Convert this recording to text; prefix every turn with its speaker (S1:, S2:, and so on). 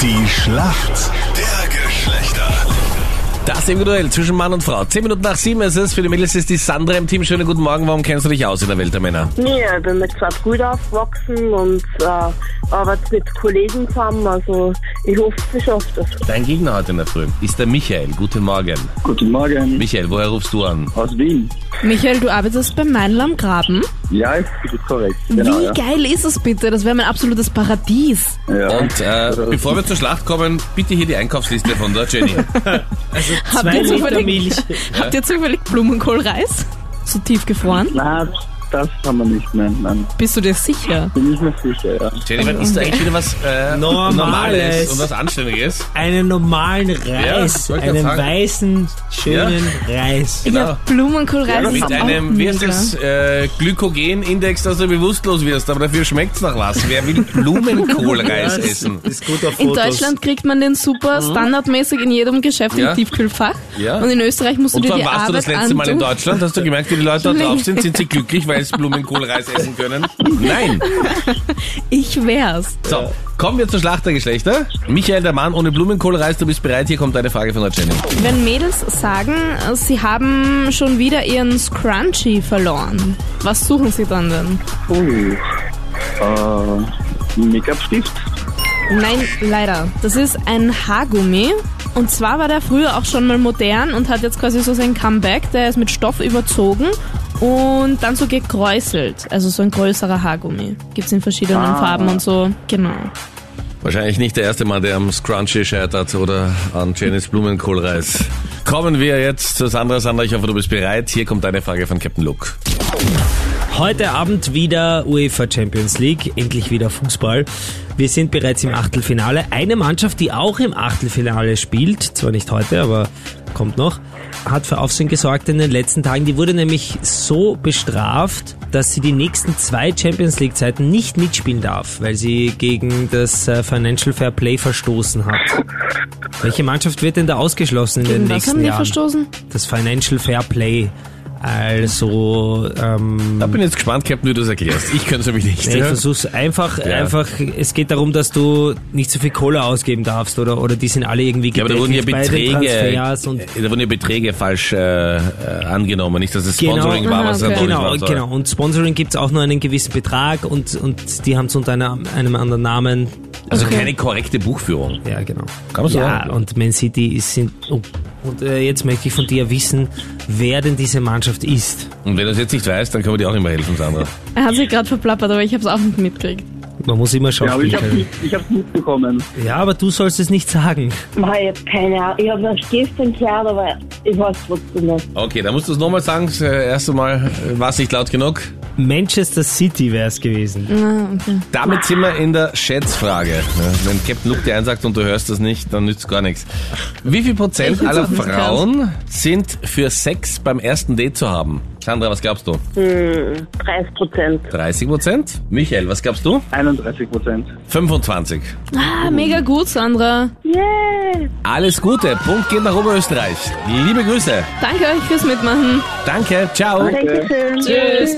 S1: Die Schlacht der Geschlechter.
S2: Das im Duell zwischen Mann und Frau. Zehn Minuten nach sieben ist es. Für die Mädels ist die Sandra im Team. Schönen guten Morgen. Warum kennst du dich aus in der Welt der Männer?
S3: Nee, ich bin mit zwei Brüdern aufgewachsen und äh, arbeite mit Kollegen zusammen. Also ich hoffe, ich schaffe das.
S2: Dein Gegner heute in der Früh ist der Michael. Guten Morgen.
S4: Guten Morgen,
S2: Michael, woher rufst du an?
S4: aus Wien.
S5: Michael, du arbeitest bei Meinl am Graben.
S4: Ja, ist ist korrekt. Genau,
S5: Wie
S4: ja.
S5: geil ist es bitte? Das wäre mein absolutes Paradies.
S4: ja.
S2: Und äh, bevor wir zur Schlacht kommen, bitte hier die Einkaufsliste von der Jenny.
S5: Habt ihr, zufällig, habt ihr zufällig Blumenkohlreis? So tief gefroren?
S4: Na, das haben wir nicht mehr. Nein,
S5: Bist du dir sicher?
S4: bin ich mir sicher, ja.
S2: Jenny, wann ist da eigentlich wieder was äh,
S6: Normales.
S2: Normales und was Anständiges?
S6: einen normalen Reis,
S2: wollte ich
S6: einen
S2: grad sagen.
S6: weißen, schönen Reis.
S2: Genau.
S5: Blumenkohlreis ist
S2: Mit
S5: auch
S2: einem, wie heißt
S5: mega.
S2: das, äh, Glykogenindex, dass du bewusstlos wirst, aber dafür schmeckt's nach was. Wer will Blumenkohlreis essen?
S6: Ist gut auf
S5: In
S6: Fotos.
S5: Deutschland kriegt man den super standardmäßig in jedem Geschäft
S2: Mhm. Ja.
S5: im Tiefkühlfach.
S2: Ja.
S5: Und in Österreich musst du
S2: Und
S5: dir
S2: wann
S5: die
S2: warst
S5: Arbeit
S2: du das letzte
S5: antun.
S2: Mal in Deutschland? Hast du gemerkt, wie die Leute da drauf sind? Sind sie glücklich, weil sie Blumenkohlreis essen können? Nein.
S5: Ich wär's.
S2: So, kommen wir zur Schlacht der Geschlechter. Michael, der Mann ohne Blumenkohlreis, du bist bereit. Hier kommt eine Frage von der Jenny.
S5: Wenn Mädels sagen, sie haben schon wieder ihren Scrunchie verloren, was suchen sie dann denn?
S4: Ui. Äh, Make-up-Stift?
S5: Nein, leider. Das ist ein Haargummi. Und zwar war der früher auch schon mal modern und hat jetzt quasi so sein Comeback. Der ist mit Stoff überzogen und dann so gekräuselt. Also so ein größerer Haargummi. Gibt's in verschiedenen
S4: Ah.
S5: Farben und so. Genau.
S2: Wahrscheinlich nicht der erste Mann, der am Scrunchy scheitert oder an Jennys Blumenkohlreis. Kommen wir jetzt zu Sandra. Sandra, ich hoffe, du bist bereit. Hier kommt eine Frage von Captain Luke.
S6: Heute Abend wieder UEFA Champions League, endlich wieder Fußball. Wir sind bereits im Achtelfinale. Eine Mannschaft, die auch im Achtelfinale spielt, zwar nicht heute, aber kommt noch, hat für Aufsehen gesorgt in den letzten Tagen. Die wurde nämlich so bestraft, dass sie die nächsten zwei Champions League Zeiten nicht mitspielen darf, weil sie gegen das äh, Financial Fair Play verstoßen hat. Welche Mannschaft wird denn da ausgeschlossen in
S5: Gegen
S6: den
S5: was
S6: nächsten
S5: haben die
S6: Jahren?
S5: verstoßen?
S6: Das Financial Fair Play. Also, ähm,
S2: Da bin ich jetzt gespannt, Captain, wie du es erklärst. Ich könnte es nämlich nicht.
S6: Nee, ich versuch's einfach,
S2: Ja.
S6: einfach, es geht darum, dass du nicht so viel Kohle ausgeben darfst oder, oder die sind alle irgendwie
S2: Ja, aber da wurden ja
S6: gedeckelt bei den
S2: Beträge, äh,
S6: Transfers und
S2: da wurden ja Beträge falsch äh, äh, angenommen. Nicht, dass es
S6: Genau.
S2: Sponsoring war,
S5: Aha,
S2: was also.
S5: okay.
S2: es
S6: Genau,
S2: war.
S6: genau. Und Sponsoring gibt's auch nur einen gewissen Betrag und, und die haben's unter einer, einem anderen Namen.
S2: Also
S5: Okay.
S2: keine korrekte Buchführung.
S6: Ja, genau.
S2: Kann man so
S6: ja,
S2: sagen.
S6: und Man City ist sind. Oh, und äh, jetzt möchte ich von dir wissen, wer denn diese Mannschaft ist.
S2: Und wenn du es jetzt nicht weißt, dann können wir dir auch nicht mehr helfen, Sandra.
S5: Er hat sich gerade verplappert, aber ich hab's auch nicht mitgekriegt.
S6: Man muss immer schauen.
S4: Ja, aber ich hab's, nicht, ich hab's mitbekommen.
S6: ja, aber du sollst es nicht sagen.
S3: Mei, ich hab keine Ahnung. Ich hab das gestern gehört, aber ich weiß trotzdem nicht.
S2: Okay, dann musst du es nochmal sagen. Das äh, erste Mal äh, war es nicht laut genug.
S6: Manchester City wär's gewesen.
S5: Ah, okay.
S2: Damit sind wir in der Schätzfrage. Ja, Wenn Captain Luke dir einsagt und du hörst das nicht, dann nützt gar nichts. Wie viel
S5: Ich
S2: Prozent
S5: find's
S2: aller
S5: auch nicht
S2: Frauen sind für Sex beim ersten Date zu haben? Sandra, was glaubst du?
S3: 30 Hm, Prozent.
S2: 30 Prozent? Michael, was glaubst du?
S4: 31 Prozent.
S2: 25.
S5: ah, mega gut, Sandra.
S3: Yeah!
S2: Alles Gute. Punkt geht nach Oberösterreich. Liebe Grüße.
S5: Danke euch fürs Mitmachen.
S2: Danke. Ciao.
S3: Dankeschön.
S5: Tschüss.